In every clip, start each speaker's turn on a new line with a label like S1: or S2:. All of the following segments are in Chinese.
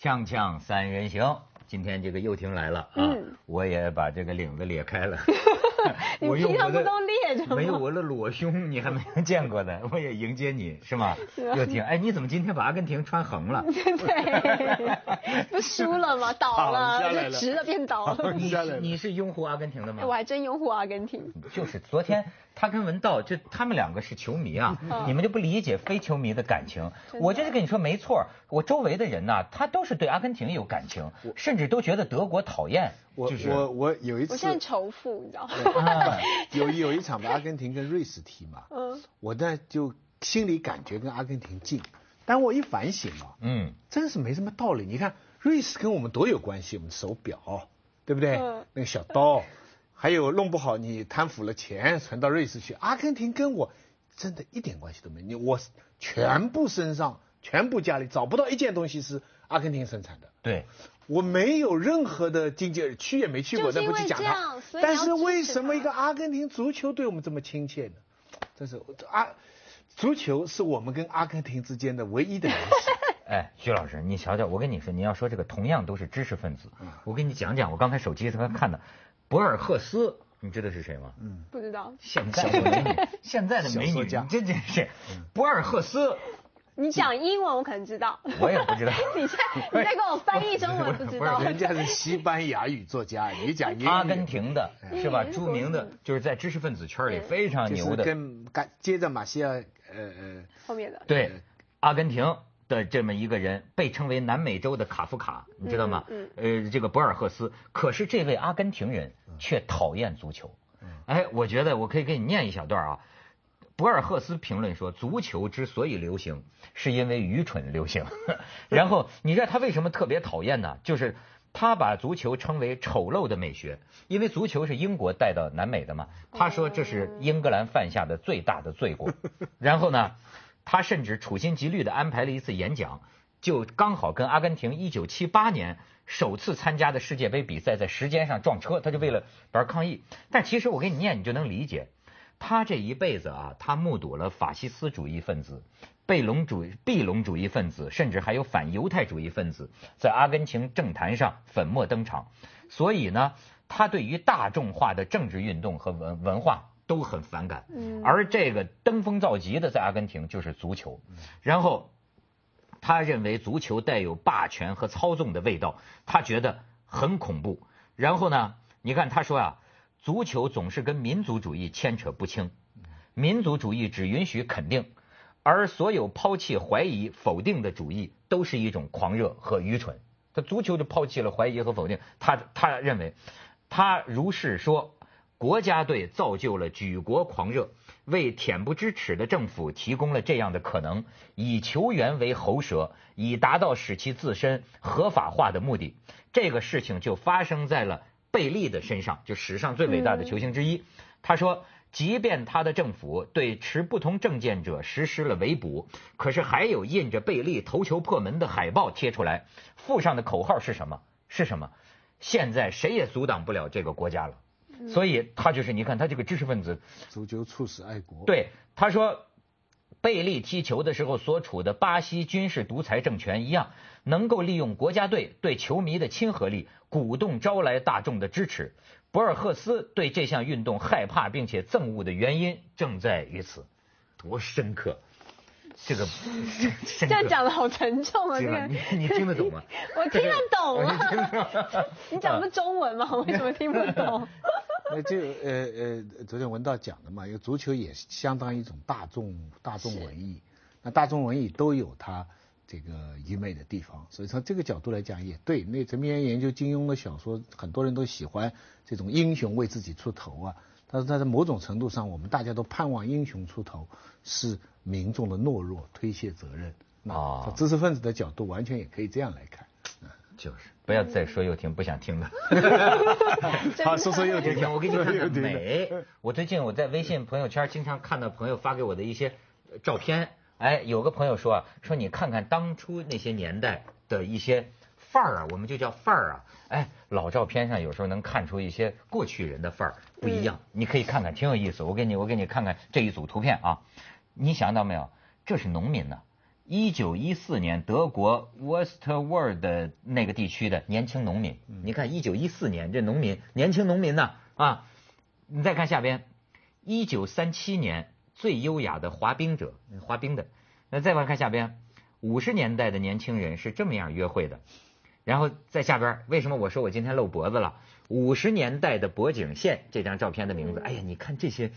S1: 锵锵三人行，今天这个又婷来了啊，
S2: 嗯
S1: 我也把这个领子裂 开了。
S2: 你
S1: 我用
S2: 平
S1: 我
S2: 常不
S1: 的
S2: 都裂着吗？
S1: 没有我的裸胸，你还没有见过的，我 也迎接你是吗？
S2: 是啊
S1: 又婷，哎，你怎么今天把阿根廷穿横 了？
S2: 对， 不输了吗？倒
S3: 躺下来
S2: 了，
S3: 了
S2: 就直的变倒 了。
S1: 你
S3: 下来
S1: 是
S3: 了
S1: 你是拥护阿根廷的吗
S2: 哎我？还真拥护阿根廷。
S1: 就是昨天他跟文道，就他们两个是球迷啊，你们就不理解非球迷的感情。
S2: 嗯真的
S1: 我就是跟你说没错儿，我周围的人呐、他都是对阿根廷有感情，甚至都觉得德国讨厌。
S3: 我
S1: 就是啊
S3: 我我有一
S2: 我现在
S3: 次
S2: 仇富，你知道 吗？
S3: 有有一场吧，阿根廷跟瑞士踢嘛，
S2: 嗯，
S3: 我呢就心里感觉跟阿根廷近，但我一反省啊，
S1: 嗯，
S3: 真是没什么道理。你看瑞士跟我们多有关系，我们手表，对不对？
S2: 嗯
S3: 那个小刀，还有弄不好你贪腐了钱传到瑞士去，阿根廷跟我真的一点关系都没有。你我全部身上、全部家里找不到一件东西是阿根廷生产的。
S1: 对，
S3: 我没有任何的经济去也没去过，
S2: 就是
S3: 那
S2: 因
S3: 不
S2: 为
S3: 去讲
S2: 这样
S3: 它
S2: 所。以
S3: 但
S2: 你要
S3: 是
S2: 支
S3: 为
S2: 持
S3: 什
S2: 它
S3: 么一个阿根廷足球对我们这么亲切呢？真是啊，足球是我们跟阿根廷之间的唯一的联系。
S1: 哎，徐老师，你瞧瞧，我跟你说，你要说这个同样都是知识分子，
S3: 嗯
S1: 我跟你讲讲，我刚才手机上看的博尔赫斯，你知道是谁吗？
S3: 嗯
S2: 不知道。
S1: 现在的美女，现在的美
S3: 小
S1: 女，
S3: 说
S1: 你
S3: 家嗯
S1: 这真是博尔赫 斯，
S2: 你讲英文我可能知道。
S1: 我也不知道
S2: 你在你在给我翻译中文不知道
S1: 不。
S3: 人家是西班牙语作家，你讲英语
S1: 阿根廷的是吧？
S2: 嗯
S1: 著名的就是在知识分子圈里非常啊
S3: 就
S1: 牛
S3: 是
S1: 的，
S3: 跟干接着马歇尔呃呃，
S2: 后面的。
S1: 对，阿根廷的这么一个人被称为南美洲的卡夫卡，你知道吗？
S2: 嗯
S1: 呃，这个博尔赫斯，可是这位阿根廷人却讨厌足球。哎，我觉得我可以给你念一小段啊。博尔赫斯评论说，足球之所以流行，是因为愚蠢流行。 然后你知道他为什么特别讨厌呢？就是他把足球称为丑陋的美学，因为足球是英国带到南美的嘛。他说这是英格兰犯下的最大的罪过。然后呢，他甚至处心积虑地安排了一次演讲，就刚好跟阿根廷1978年首次参加的世界杯比赛在时间上撞车，他就为了玩抗议。但其实我给你念，你就能理解。他这一辈子啊，他目睹了法西斯主义分子、贝隆主庇隆主义分子，甚至还有反犹太主义分子在阿根廷政坛上粉墨登场。所以呢，他对于大众化的政治运动和文文化都很反感。
S2: 嗯
S1: 而这个登峰造极的在阿根廷就是足球，然后他认为足球带有霸权和操纵的味道，他觉得很恐怖。然后呢，你看他说啊，足球总是跟民族主义牵扯不清，民族主义只允许肯定，而所有抛弃怀疑、否定的主义都是一种狂热和愚蠢。他足球就抛弃了怀疑和否定，他他认为，他如是说，国家队造就了举国狂热，为恬不知耻的政府提供了这样的可能，以球员为喉舌，以达到使其自身合法化的目的。这个事情就发生在了贝利的身上，就史上最伟大的球星之一。他说，即便他的政府对持不同政见者实施了围捕，可是还有印着贝利头球破门的海报贴出来，附上的口号是什么？是什么？现在谁也阻挡不了这个国家了。
S2: 嗯
S1: 所以他就是，你看他这个知识分子，
S3: 足球促使爱国。
S1: 对他说，贝利踢球的时候所处的巴西军事独裁政权一样，能够利用国家队对球迷的亲和力，鼓动招来大众的支持。博尔赫斯对这项运动害怕并且憎恶的原因正在于此，多深刻！这个深
S2: 这
S1: 刻
S2: 样讲的好沉重啊！
S1: 是
S2: 这
S1: 吧
S2: 个
S1: 你你听得 懂吗？
S2: 我听得懂
S3: 哎
S1: 啊
S2: 啊。你讲的不中文
S3: 啊
S2: 吗？我为什么听不懂？
S3: 那就呃呃，昨天文道讲的嘛，因为足球也相当于一种大众大众文艺，那大众文艺都有它这个愚昧的地方，所以从这个角度来讲也对。那陈明研究金庸的小说，很多人都喜欢这种英雄为自己出头啊，但是在某种程度上，我们大家都盼望英雄出头是民众的懦弱推卸责任。那
S1: 哦
S3: 从知识分子的角度，完全也可以这样来看。
S1: 就是不要再说又婷不想听了。
S3: 好，说说 又
S1: 我跟
S3: 婷
S1: 你，讲，我给你看看美。我最近我在微信朋友圈经常看到朋友发给我的一些呃照片。哎，有个朋友说啊，说你看看当初那些年代的一些范儿啊，我们就叫范儿啊。哎，老照片上有时候能看出一些过去人的范儿不一样，你可以看看，挺有意思。我给你，我给你看看这一组图片啊，你想到没有？这是农民呢、一九一四年德国 Westward 的那个地区的年轻农民，你看一九一四年这农民，年轻农民呢啊，你再看下边，一九三七年最优雅的滑冰者，嗯滑冰的，那再往看下边，五十年代的年轻人是这么样约会的，然后在下边，为什么我说我今天露脖子了？五十年代的博景县这张照片的名字，哎呀，你看这些。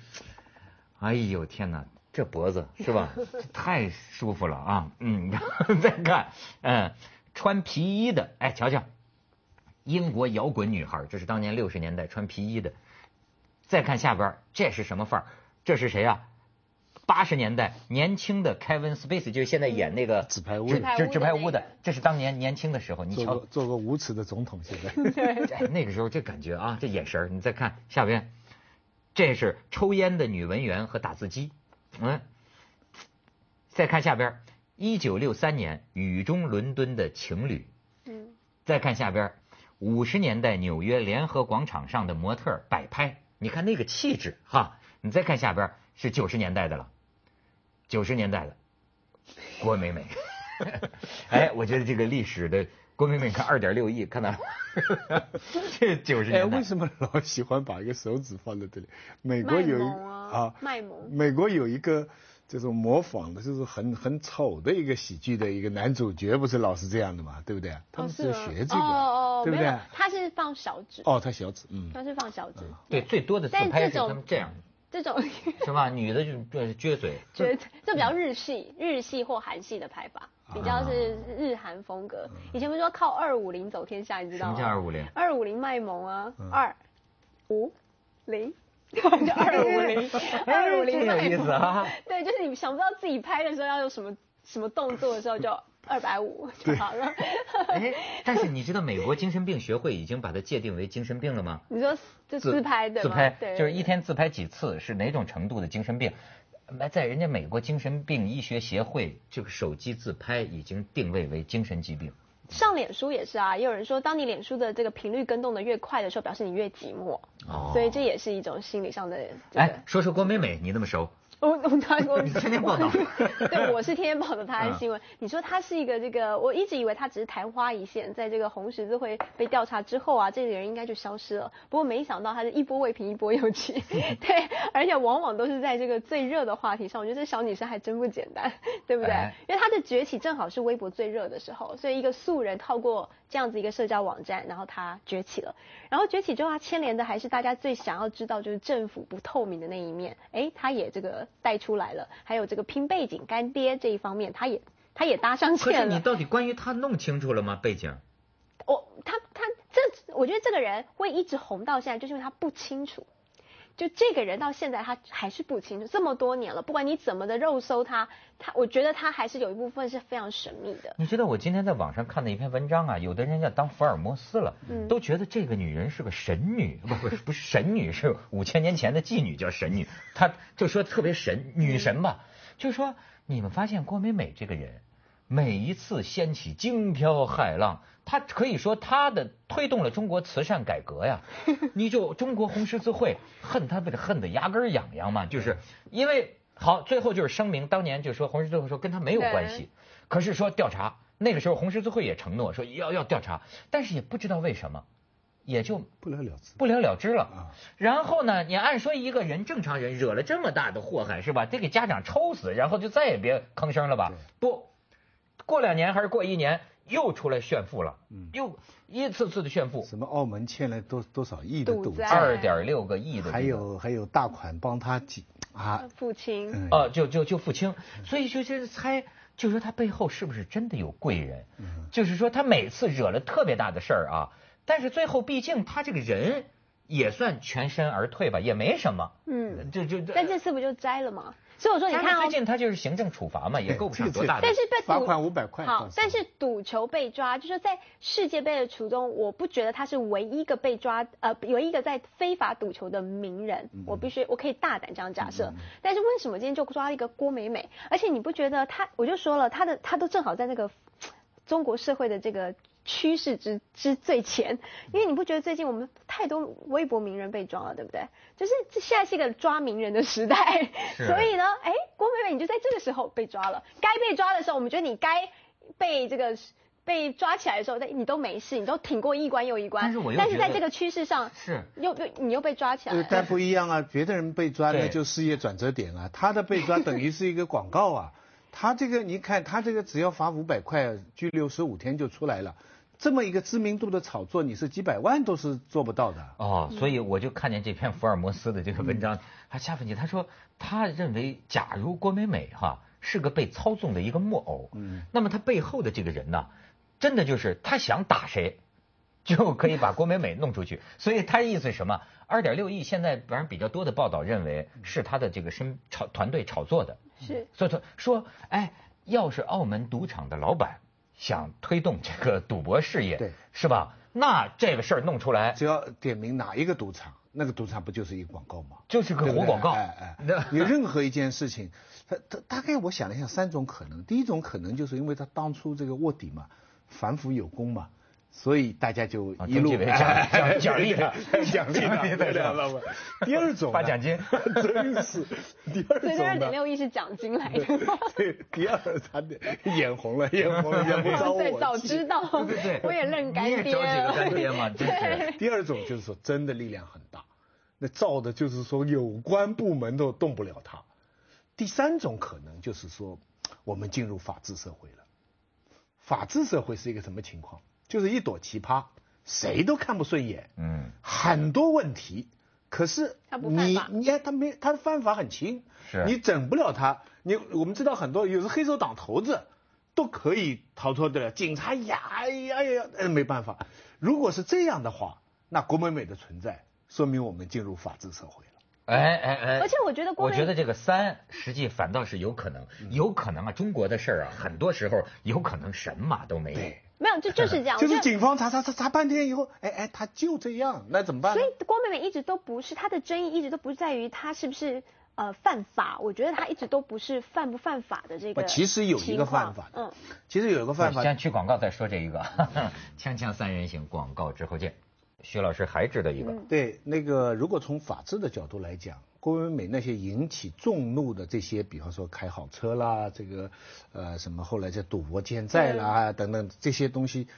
S1: 哎呦天哪，这脖子是吧？太舒服了啊！嗯， 然后再看，嗯，穿皮衣的，哎，瞧瞧，英国摇滚女孩，这是当年六十年代穿皮衣的。再看下边儿，这是什么范儿？这是谁啊？八十年代年轻的 Kevin Spacey，就是现在演那个
S3: 纸牌屋
S1: 纸
S2: 的
S1: 纸纸牌屋
S2: 那
S1: 的
S2: 个，
S1: 这是当年年轻的时候。你
S3: 做
S1: 瞧
S3: 过，做过无耻的总统，现
S2: 啊
S3: 在
S1: 哎，那个时候这感觉啊，这眼神儿你再看下边，这是抽烟的女文员和打字机，嗯，再看下边，一九六三年雨中伦敦的情侣，
S2: 嗯，
S1: 再看下边，五十年代纽约联合广场上的模特儿摆拍，你看那个气质哈，你再看下边是九十年代的了，九十年代的郭美 美，哎，我觉得这个历史的郭美美看二点六亿，看到了吗， 这九十
S3: 哎，
S1: 年代
S3: 为什么老喜欢把一个手指放在这里？美国
S2: 卖
S3: 有一
S2: 萌啊，卖萌，
S3: 美国有一个这种模仿的，就是很很丑的一个喜剧的一个男主角，不是老是这样的嘛，对不对？他
S2: 哦
S3: 们是
S2: 吗
S3: 学这
S2: 哦
S3: 个，
S2: 哦哦，
S3: 对不
S2: 没有
S3: 对？
S2: 他是放小指，
S3: 哦，他小指，嗯，
S2: 他是放小指，
S1: 对最多的自
S2: 但
S1: 拍
S2: 这
S1: 是他
S2: 种
S1: 们这样，
S2: 这种
S1: 是吧？女的就就撅嘴，
S2: 觉得这比较日系、日系或韩系的拍法，比较是日韩风格。以前不是说靠二五零走天下，你知
S1: 什
S2: 道
S1: 么
S2: 吗？
S1: 叫二五零？
S2: 二五零卖萌啊，二五零，就二五零，二五零
S1: 哎这有
S2: 卖
S1: 意思
S2: 萌。
S1: 啊！
S2: 对，就是你想不到自己拍的时候要有什么什么动作的时候，就二百五就好了。
S1: 哎，但是你知道美国精神病学会已经把它界定为精神病了吗？
S2: 你说这自拍的
S1: 自
S2: 吗
S1: 拍
S2: 对，
S1: 就是一天自拍几次是哪种程度的精神病？那在人家美国精神病医学协会，这个手机自拍已经定位为精神疾病。
S2: 上脸书也是啊，也有人说，当你脸书的这个频率跟动的越快的时候，表示你越寂寞，
S1: 哦
S2: 所以这也是一种心理上的。这个
S1: 哎，说说郭美美，你那么熟，
S2: 我我当 我
S1: 你天天报道 嗯
S2: 对，我是天天报道他的新闻。你说他是一个这个，我一直以为他只是昙花一现，在这个红十字会被调查之后啊，这个人应该就消失了。不过没想到他是一波未平一波又 起，对，而且往往都是在这个最热的话题上。我觉得这小女生还真不简单， 对不对？
S1: 哎
S2: 因为她的崛起正好是微博最热的时候，所以一个素人透过这样子一个社交网站，然后她崛起了。然后崛起之后，它牵连的还是大家最想要知道，就是政府不透明的那一面。哎，他也这个带出来了，还有这个拼背景、干爹这一方面，他也他也搭上
S1: 可是
S2: 线
S1: 你
S2: 了。
S1: 到底关于她弄清楚了吗？背景？
S2: 我他他这，我觉得这个人会一直红到现在，就是因为他不清楚。就这个人到现在他还是不清楚，这么多年了，不管你怎么的肉搜他，他我觉得他还是有一部分是非常神秘的。
S1: 你知道我今天在网上看的一篇文章啊，有的人要当福尔摩斯了，
S2: 嗯
S1: 都觉得这个女人是个神女，不不不是神女，是五千年前的妓女叫神女，她就说特别神女神吧，就说你们发现郭美美这个人，每一次掀起惊涛骇浪，她可以说她的推动了中国慈善改革呀，你就中国红十字会恨她不得恨得牙根儿痒痒嘛，就是因为好最后就是声明，当年就说红十字会说跟她没有关系。可是说调查，那个时候红十字会也承诺说要要调查，但是也不知道为什么，也就
S3: 不了了之
S1: 不了了之了。
S3: 啊。
S1: 然后呢，你按说一个人正常人惹了这么大的祸害是吧？得给家长抽死，然后就再也别吭声了吧？不，过两年还是过一年又出来炫富了，
S3: 嗯
S1: 又一次次的炫富，
S3: 什么澳门欠了多多少亿的
S2: 赌
S3: 赌
S2: 债
S3: 债
S1: 二点六个亿的这个
S3: 还有还有大款帮他几啊，
S2: 父亲，
S3: 嗯
S1: 呃，就就就付清，所以就就是猜，就说他背后是不是真的有贵人？
S3: 嗯
S1: 就是说他每次惹了特别大的事儿啊，但是最后毕竟他这个人也算全身而退吧，也没什么。
S2: 嗯，
S1: 就就
S2: 但这次不就摘了吗？所以我说你
S1: 但是
S2: 看
S1: 最
S2: 哦，
S1: 近他就是行政处罚嘛，也够不上多大的
S2: 但。是被赌
S3: 嗯罚款500块
S2: 好
S3: 到，时候
S2: 但是赌球被抓，就是在世界杯的途中，我不觉得他是唯一一个被抓，呃，唯一一个在非法赌球的名人。我必须，我可以大胆这样假设。但是为什么今天就抓了一个郭美美？而且你不觉得他？我就说了，他的他都正好在那个中国社会的这个趋势之之最前，因为你不觉得最近我们太多微博名人被抓了，对不对？就是这现在是一个抓名人的时代，
S1: 是
S2: 所以呢，哎，郭美美你就在这个时候被抓了，该被抓的时候，我们觉得你该被这个被抓起来的时候，但你都没事，你都挺过一关又一关，
S1: 但是我又觉
S2: 在
S1: 得
S2: 这个趋势上，
S1: 是
S2: 又又你又被抓起来
S3: 呃
S2: 了，
S3: 但不一样啊，别的人被抓
S1: 对
S3: 那就事业转折点啊， 他的被抓等于是一个广告啊。他这个你看，他这个只要罚五百块，拘留十五天就出来了。这么一个知名度的炒作，你是几百万都是做不到的。
S1: 哦，
S2: 嗯
S1: 所以我就看见这篇福尔摩斯的这个文章，他下半句他说，他认为假如郭美美哈是个被操纵的一个木偶，
S3: 嗯，
S1: 那么他背后的这个人呢，真的就是他想打谁，就可以把郭美美弄出去。所以他的意思是什么？二点六亿现在反正比较多的报道认为是他的这个身炒团队炒作的，
S2: 是
S1: 所以说说，哎，要是澳门赌场的老板想推动这个赌博事业，
S3: 对，
S1: 是吧？那这个事儿弄出来。
S3: 只要点名哪一个赌场，那个赌场不就是一个广告吗？
S1: 就是个
S3: 对不
S1: 活
S3: 对
S1: 广告，
S3: 哎
S1: 那
S3: 哎，有任何一件事情，他他大概我想了一下，三种可能。第一种可能就是因为他当初这个卧底嘛，反腐有功嘛，所以大家就
S1: 啊
S3: 一路
S1: 中
S3: 哎
S1: 纪委奖 奖奖励他
S3: 奖励
S1: 奖励他
S3: 他，对
S1: 奖励
S3: 吧？第二种呢
S1: 发奖金
S3: 真是第二
S2: 所以这二点
S3: 种呢。
S2: 六亿是奖金来 的，
S3: 对，第二他的眼红了，眼红了，眼不着
S2: 对，
S3: 我。
S2: 早知道
S1: 对对对
S2: 我也认干
S1: 你也
S2: 爹
S1: 找几个干
S2: 了，
S1: 爹 嘛，真是。
S3: 第二种就是说真的力量很大，那造的就是说有关部门都动不了他。第三种可能就是说我们进入法治社会了，法治社会是一个什么情况？就是一朵奇葩，谁都看不顺眼，
S1: 嗯，
S3: 很多问题，可是
S2: 他不犯
S3: 你
S2: 法
S3: 你看他没他的犯法很轻，
S1: 是
S3: 你整不了他。你我们知道很多有时黑手党头子都可以逃脱得了，警察呀哎呀哎呀，哎没办法。如果是这样的话，那郭美美的存在说明我们进入法治社会了。
S1: 哎哎哎！
S2: 而且我觉得郭
S1: 我
S2: 美
S1: 觉得这个三实际反倒是有可能，
S3: 嗯
S1: 有可能啊，中国的事儿啊，很多时候有可能神马都没有。
S3: 对，
S2: 没有，就就是这样， 哎我觉
S3: 就是
S2: 得
S3: 警方查查查查半天以后，哎哎，他就这样，那怎么办呢
S2: 所？以郭美美一直都不是她的争议，一直都不是在于她是不是呃犯法，我觉得她一直都不是犯不犯法的这个
S3: 不其实有一个犯法
S2: 情况嗯，
S3: 其实有一个办
S2: 哎
S3: 法，
S1: 先去广告再说这一个， 锵锵三人行广告之后见。徐老师还知道一个，
S2: 嗯
S3: 对，那个如果从法治的角度来讲，郭美美那些引起众怒的这些，比方说开好车啦，这个呃什么后来这赌博欠债啦等等这些东西，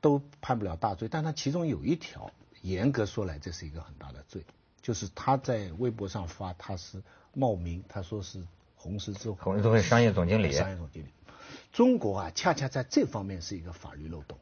S3: 都判不了大罪。但他其中有一条，严格说来这是一个很大的罪，就是他在微博上发他是冒名，他说是红十字
S1: 红十字会商业总经理
S3: 哎商业总经理。中国啊，恰恰在这方面是一个法律漏洞。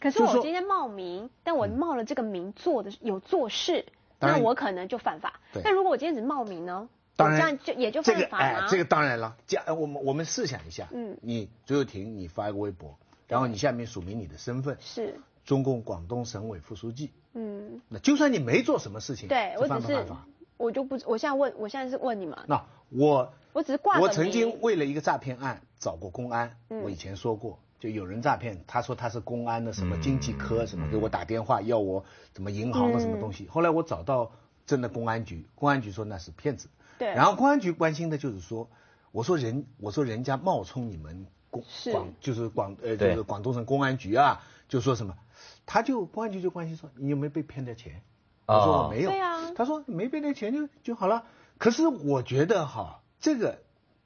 S2: 可是
S3: 就是
S2: 我
S3: 说嗯
S2: 今天冒名，但我冒了这个名做的有做事，
S3: 当
S2: 那
S3: 然
S2: 我可能就犯法
S3: 对。
S2: 但如果我今天只冒名呢，我
S3: 当
S2: 这
S3: 然，
S2: 样就也就
S3: 这
S2: 犯
S3: 个
S2: 法了
S3: 哎
S2: 啊。，
S3: 这个当然了。这样呃我们我们试想一下，
S2: 嗯
S3: 嗯，你左右廷，你发一个微博，然后你下面署名你的身份，
S2: 是，
S3: 中共广东省委副书记。
S2: 嗯，
S3: 那就算你没做什么事情，
S2: 对
S3: 这
S2: 我
S3: 犯
S2: 只
S3: 不
S2: 是
S3: 犯法？
S2: 我就不，我现在问，我现在是问你嘛，
S3: 那我
S2: 我只是挂个
S3: 我曾
S2: 名
S3: 经为了一个诈骗案找过公安，
S2: 嗯
S3: 我以前说过，就有人诈骗，他说他是公安的什么经济科
S1: 嗯
S3: 什么，给我打电话要我怎么银行的
S2: 嗯
S3: 什么东西。后来我找到真的公安局，公安局说那是骗子。
S2: 对
S3: 然后公安局关心的就是说，我说人我说人家冒充你们公
S2: 是
S3: 广就是广呃
S1: 对
S3: 就是广东省公安局啊，就说什么，他就公安局就关心说你有没有被骗的钱。我说
S1: 哦
S3: 我没有。
S2: 对啊
S3: 他说没被那钱就就好了。可是我觉得哈，这个，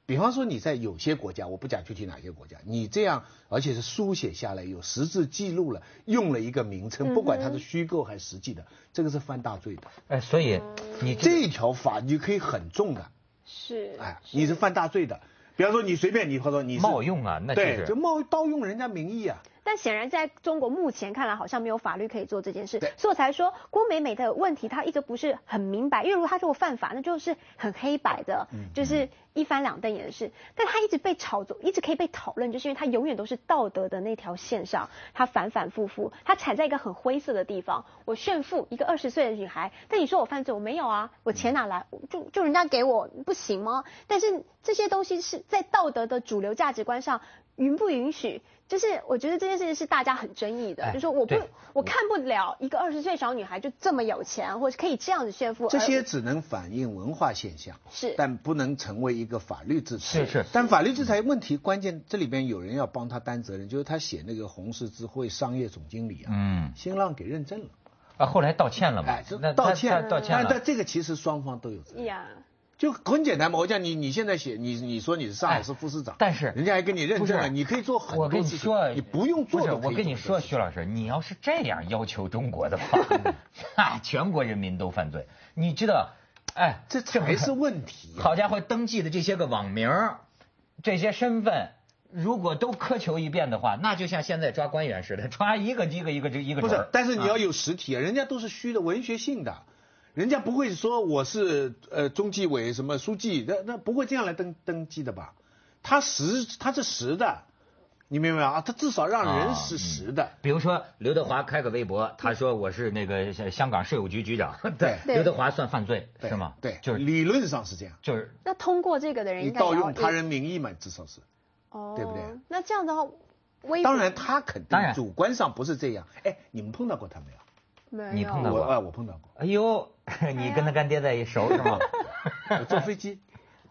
S3: 比方说你在有些国家，我不讲具体哪些国家，你这样而且是书写下来有实质记录了，用了一个
S2: 嗯
S3: 名
S2: 哼
S3: 称，不管它是虚构还是实际的，这个是犯大罪的。
S1: 哎，所以你这
S3: 这条法你可以很重的，
S2: 是，
S3: 哎，你是犯大罪的。比方说你随便你或者你是
S1: 冒用啊那就
S3: 对
S1: 是
S3: 就冒盗用人家名义啊。
S2: 但显然，在中国目前看来，好像没有法律可以做这件事
S3: 对，
S2: 所以我才说郭美美的问题，她一直不是很明白。因为如果她说我犯法，那就是很黑白的，就是一翻两瞪眼的事。但她一直被炒作，一直可以被讨论，就是因为她永远都是道德的那条线上，她反反复复，她踩在一个很灰色的地方。我炫富，一个二十岁的女孩，但你说我犯罪，我没有啊，我钱哪来？就就人家给我不行吗？但是这些东西是在道德的主流价值观上允不允许？就是我觉得这件事情是大家很争议的，
S1: 哎
S2: 就是说我不
S1: 对
S2: 我看不了一个二十岁小女孩就这么有钱，或者可以这样子炫富，
S3: 这
S2: 而
S3: 些只能反映文化现象，
S2: 是
S3: 但不能成为一个法律制裁。
S1: 哎是是
S3: 但法律制裁问题关键，这里边有人要帮他担责任，就是他写那个红十字会商业总经理啊，
S1: 嗯
S3: 新浪给认证了，
S1: 啊，后来道歉了嘛
S3: 哎，这？
S1: 那
S3: 道
S1: 他
S3: 歉
S1: 他道歉
S3: 但但
S1: 了。
S3: 这个其实双方都有责任。
S2: 呀，
S3: 就很简单嘛，我讲你，你现在写你，你说你是上海市副市长，
S1: 哎但是
S3: 人家还给你认
S1: 不
S3: 证
S1: 是
S3: 了，你可以做很多
S1: 我跟你
S3: 事情
S1: 说，
S3: 你不用做
S1: 不是，
S3: 都可以
S1: 我跟你
S3: 做
S1: 说，
S3: 的事
S1: 徐老师，你要是这样要求中国的 话，那全国人民都犯罪。你知道，哎，
S3: 这才是问题啊、
S1: 好家伙，登记的这些个网名儿，这些身份，如果都苛求一遍的话，那就像现在抓官员似的，抓一个一个一个一个
S3: 不
S1: 准
S3: 是
S1: 儿，
S3: 但是你要有实体啊，人家都是虚的，文学性的，人家不会说我是呃中纪委什么书记，那那不会这样来登登记的吧？他实他是实的，你明白吗啊？他至少让
S1: 啊
S3: 人是实的。
S1: 比如说刘德华开个微博，他说我是那个香香港税务局局长，
S3: 对
S1: 刘德华算犯罪
S3: 对
S1: 是吗？
S3: 对，
S1: 就是
S3: 理论上是这样，
S1: 就是
S2: 那通过这个的人
S3: 你
S2: 应该也
S3: 盗
S2: 要
S3: 用他人名义嘛，至少是。
S2: 哦，
S3: 对不对？
S2: 那这样的话，微博
S3: 当然，他肯
S1: 当然
S3: 定主观上不是这样。哎，你们碰到过他没有？
S2: 没有
S1: 你碰到
S3: 我
S1: 过
S3: 哎，我碰到 过。
S1: 哎呦，你跟他干爹在一熟是吗？
S3: 我坐飞机，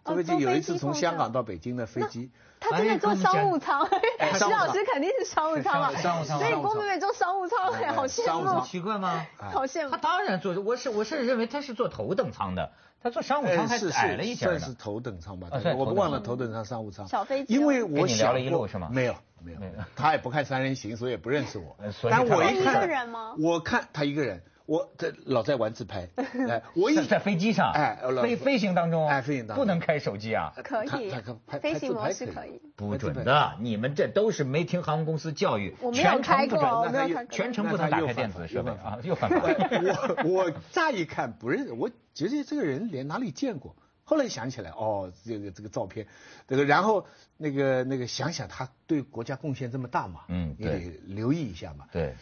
S2: 哦
S3: 坐飞
S2: 坐
S3: 机有
S2: 飞
S3: 一次
S2: 机
S3: 从
S2: 碰
S3: 香
S2: 上
S3: 港到北京的飞机，
S2: 他真的做商务舱，
S3: 哎
S2: 徐
S3: 商务舱哎
S2: 老师肯定是 商务舱啊，
S1: 是商务商务舱
S2: 所以郭美美做商务舱，哎，好羡
S3: 商务舱哎
S2: 慕，
S1: 奇怪吗？
S2: 好羡
S1: 他
S2: 慕。
S1: 当然坐，我是我是认为他是坐头等舱的，他坐商务舱
S3: 哎
S1: 还
S3: 是
S1: 矮了一
S3: 是
S1: 截儿
S3: 算是
S1: 呢。
S3: 头等舱吧
S1: 啊算，
S3: 我
S1: 头等
S3: 不忘了头等舱、商务舱。
S2: 小飞机哦
S3: 因为
S1: 跟
S3: 我
S1: 你
S3: 想
S1: 聊了一
S3: 过
S1: 路是吗
S3: 没有没有
S1: 没有，
S3: 他也不看三人行，所以也不认识我
S1: 呃所。以
S3: 但
S1: 他
S3: 我
S1: 老
S3: 一
S1: 是
S2: 一个
S3: 看
S2: 人吗，
S3: 我看他一个人，我这老在玩自 拍。哎，我一
S1: 在在飞机上，
S3: 哎老
S1: 飞飞行当中，啊
S3: 哎飞行当中哎
S1: 不能开手机啊，
S2: 可
S3: 他
S2: 以
S3: 呃他他拍，
S2: 飞
S3: 拍
S2: 行
S3: 自
S2: 模
S3: 拍
S2: 式
S3: 可
S2: 可
S3: 以
S2: 以。
S1: 不准的。你们这都是没听航空公司教育，
S2: 我没有
S1: 全程不
S2: 开过
S1: 准，
S2: 我没有
S3: 那他
S2: 看过
S1: 全程不能打开电子设备啊，又犯法。
S3: 我我乍一看不认识，我觉得这个人连哪里见过，后来想起来，哦，这个这个照片，这个然后那个那个想想他对国家贡献这么大嘛，
S1: 嗯
S3: 你得留意一下嘛，
S1: 对，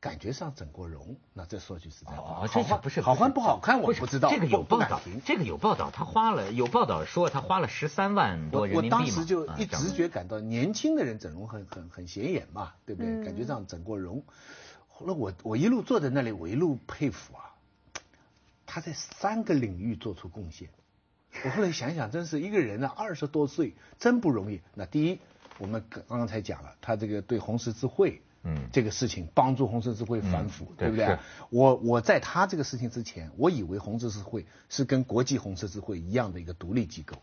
S3: 感觉上整过容，那这说句实在话，
S1: 哦这
S3: 好
S1: 是
S3: 看
S1: 不是
S3: 好看
S1: 不
S3: 不
S1: 是
S3: 好看我
S1: 是
S3: 不知道，
S1: 这个有
S3: 不
S1: 报
S3: 不敢
S1: 道
S3: 评，。
S1: 这个有报道，他花了有报道说他花了十三万多
S3: 我
S1: 人
S3: 我
S1: 民币嘛
S3: 当时就
S1: 啊
S3: 一
S1: 这样
S3: 直觉感到年轻的人整容很很很显眼嘛，对不对？
S2: 嗯
S3: 感觉上整过容。后来我我一路坐在那里，我一路佩服啊，他在三个领域做出贡献。我后来想想，真是一个人啊，二十多岁真不容易。那第一，我们刚刚才讲了，他这个对红十字会，
S1: 嗯
S3: 这个事情帮助红十字会反腐，
S1: 嗯
S3: 对不
S1: 对
S3: 对
S1: 是？
S3: 我我在他这个事情之前，我以为红十字会是跟国际红十字会一样的一个独立机构。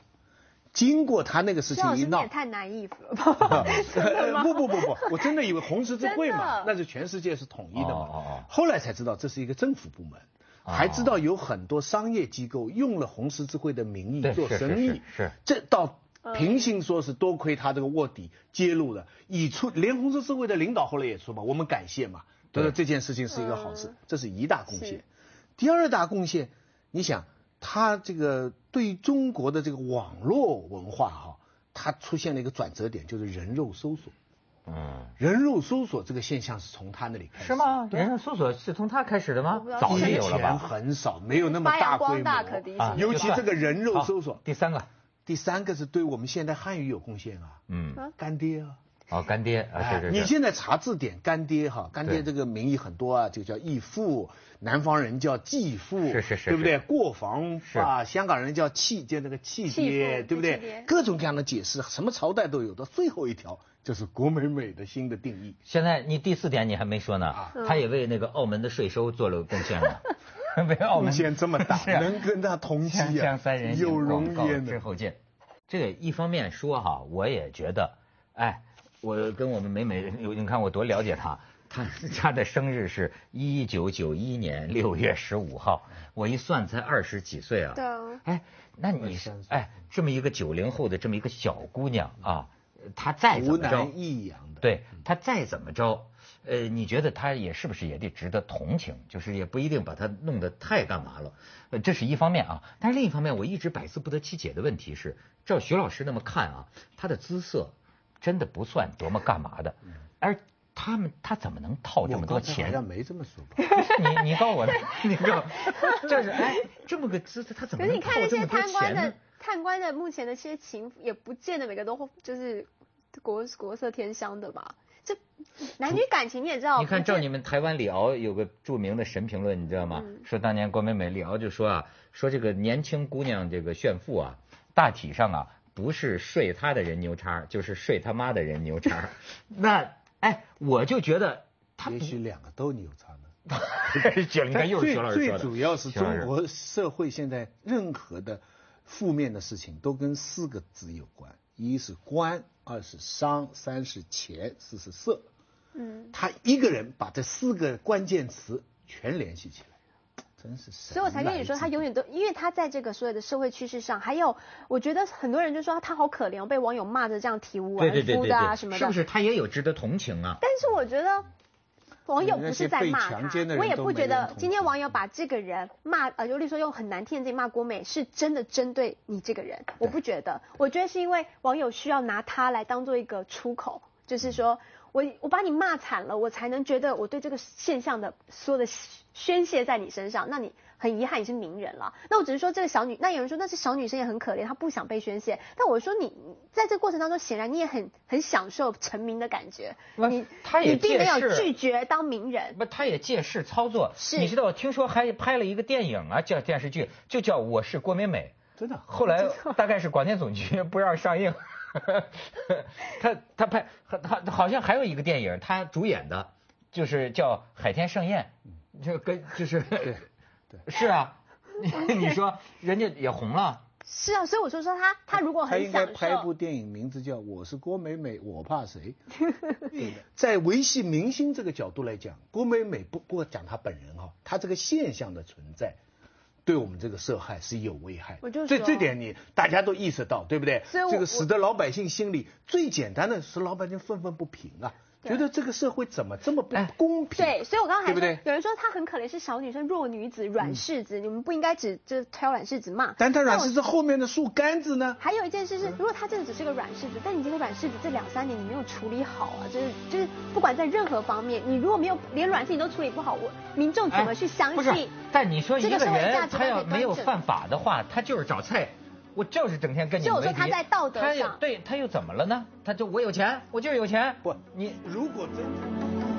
S3: 经过他那个事
S2: 徐老
S3: 情一
S2: 师，你
S3: 闹
S2: 也，太难以服 了吧？真的吗
S3: 不不不不，我真的以为红十字会嘛，
S2: 真的
S3: 那是全世界是统一的
S1: 哦哦哦啊
S3: 嘛。后来才知道这是一个政府部门，还知道有很多商业机构用了红十字会的名
S1: 对
S3: 义做
S1: 是是
S3: 生意，
S1: 是是
S3: 这倒平心说是多亏他这个卧底揭露的，以出连红十字会的领导后来也说嘛，我们感谢嘛，
S1: 对
S3: 他说这件事情是一个好事
S2: 嗯，
S3: 这是一大贡
S2: 是
S3: 献。第二大贡献，你想他这个对中国的这个网络文化哈、它出现了一个转折点，就是人肉搜索。
S1: 嗯。
S3: 人肉搜索这个现象是从他那里开始，
S1: 是？吗？人肉搜索是从他开始的
S2: 我
S1: 吗
S2: 不知？道
S1: 早
S3: 以
S1: 就
S3: 前
S1: 有了吧？
S3: 很少，没有那么大规
S2: 发扬光
S3: 模。
S2: 大可的
S1: 啊
S3: 尤其这个人肉搜
S1: 好
S3: 索。
S1: 第三个，
S3: 第三个是对我们现代汉语有贡献啊，
S1: 嗯，
S3: 干爹啊。
S1: 哦，干爹啊，
S3: 哎
S1: 是，
S3: 你
S1: 是是，
S3: 现在查字典，干爹哈，干
S1: 对
S3: 爹这个名义很多啊，就叫义父，南方人叫继父，
S1: 是是是
S3: 对
S1: 是
S3: 不对？过房
S1: 是
S3: 啊，香港人叫契，就那个契
S2: 契
S3: 爹，
S2: 父
S3: 对不
S2: 契
S3: 对
S2: 爹？
S3: 各种各样的解释，什么朝代都有。到最后一条就是郭美美的新的定义，
S1: 现在你第四点你还没说呢
S3: 啊，
S1: 他也为那个澳门的税收做了贡献了，为澳门
S3: 贡献这么大，
S1: 哦 是啊
S3: 能跟他同期
S1: 锵
S3: 啊
S1: 锵三人，行
S3: 有容
S1: 广告
S3: 焉
S1: 之
S3: 的。
S1: 后见。这个一方面说哈，我也觉得，哎，我跟我们美美，你看我多了解她，她她的生日是一九九一年六月十五号，我一算才二十几岁啊。
S2: 对啊
S1: 哎，那你是
S3: 23岁
S1: 哎这么一个九零后的这么一个小姑娘啊，她再怎
S3: 湖
S1: 么着
S3: 南，益阳的，嗯
S1: 对她再怎么着，呃，你觉得她也是不是也得值得同情？就是也不一定把她弄得太干嘛了，呃，这是一方面啊。但是另一方面，我一直百思不得其解的问题是，照徐老师那么看啊，她的姿色真的不算多么干嘛的，而他们她怎么能套这么多
S3: 嗯我刚才好
S1: 钱？
S3: 像没这么说吧？
S1: 不是 你你告我的，你告 我，这是哎这么个姿势，他怎
S2: 可
S1: 么
S2: 是你
S1: 能
S2: 看
S1: 套
S2: 那
S1: 这
S2: 些
S1: 么多
S2: 贪官
S1: 钱呢
S2: 的？贪官的目前的这些情妇，也不见得每个都就是国国色天香的吧？这男女感情你也知道，
S1: 你看，
S2: 哦不见
S1: 照你们台湾李敖有个著名的神评
S2: 嗯
S1: 论，你知道吗？说当年郭美美，李敖就说啊，说这个年轻姑娘这个炫富啊，大体上啊，不是睡他的人牛叉，就是睡他妈的人牛 叉。那哎，我就觉得他
S3: 也许两个都牛叉呢。
S1: 你看又是徐老师
S3: 最
S1: 说
S3: 最
S1: 的。
S3: 主要是
S1: 徐老师
S3: 中国社会现在任何的负面的事情都跟四个字有关：一是官，二是商，三是钱，四是色。
S2: 嗯，
S3: 他一个人把这四个关键词全联系起来，真是神
S2: 所以我才跟你说，
S3: 来
S2: 他
S3: 之
S2: 永远都，因为他在这个所有的社会趋势上，还有我觉得很多人就说他好可怜哦，被网友骂着这样体无完
S1: 对对对
S2: 肤
S1: 对
S2: 的
S1: 对，
S2: 啊什么
S1: 是
S2: 的
S1: 不。是他也有值得同情啊？
S2: 但是我觉得网友不是在骂
S3: 那些被强
S2: 他
S3: 奸的，人
S2: 我也
S3: 都
S2: 不
S3: 没
S2: 觉
S3: 人
S2: 得
S3: 同
S2: 今天
S3: 情
S2: 网友把这个人骂，呃，就例如说用很难听的字骂郭美，是真的针对你这个人，我不觉得，我觉得是因为网友需要拿他来当做一个出口，就是说我我把你骂惨了，我才能觉得我对这个现象的所有的宣泄在你身上，那你。很遗憾，你是名人了。那我只是说这个小女，那有人说那是小女生也很可怜，她不想被宣泄。但我说你你在这个过程当中，显然你也很很享受成名的感觉，
S1: 不
S2: 你
S1: 他也
S2: 你并没有
S1: 借势
S2: 拒绝当名人，
S1: 不，他也借势操作。
S2: 是
S1: 你知道，我听说还拍了一个电影啊，叫电视剧，就叫《我是郭美美》。
S3: 真的啊
S1: 后 来大概是广电总局不让上映。他他拍他好像还有一个电影，他主演的，就是叫《海天盛宴》，
S2: 嗯
S1: 就跟就是对
S3: 对
S1: 是 啊，你你说人家也红了，
S2: 是啊，所以我就说他他如果
S3: 他
S2: 很
S3: 应该
S2: 享
S3: 拍一部
S2: 受，
S3: 电影，名字叫《我是郭美美，我怕谁》。 在维系明星这个角度来讲，郭美美不不过讲她本人哈、她这个现象的存在，对我们这个社会是有危害的。
S2: 我就
S3: 这
S2: 说
S3: 这点你大家都意识到，对不对？
S2: 所以我
S3: 这个使得老百姓心里最简单的使老百姓愤愤不平啊，
S2: 对哎
S3: 觉得这个社会怎么这么不公平？
S2: 对，所以我刚刚还
S3: 对不
S2: 说
S3: 对
S2: 有人说她很可怜，是小女生、弱女子、软柿子，你们不应该只就挑软柿子骂。
S3: 但他
S2: 但
S3: 软
S2: 我
S3: 柿子后面的树干子呢？
S2: 还有一件事是，如果他真的只是个软柿子，但你这个软柿子这两三年你没有处理好啊，就是就是不管在任何方面，你如果没有连软柿子你都处理不好，我民众怎么去相
S1: 不是啊
S2: 信？，
S1: 但你说一
S2: 这个
S1: 个
S2: 社会价
S1: 人
S2: 值
S1: 他
S2: 观
S1: 要
S2: 被
S1: 没有
S2: 端正
S1: 犯法的话，他就是找菜。我就是整天跟你
S2: 就
S1: 为
S2: 我说
S1: 敌。
S2: 他在道德
S1: 他又
S2: 上
S1: 对他又怎么了呢？他就我有钱，我就是有钱。
S3: 不
S1: 你
S3: 如果真。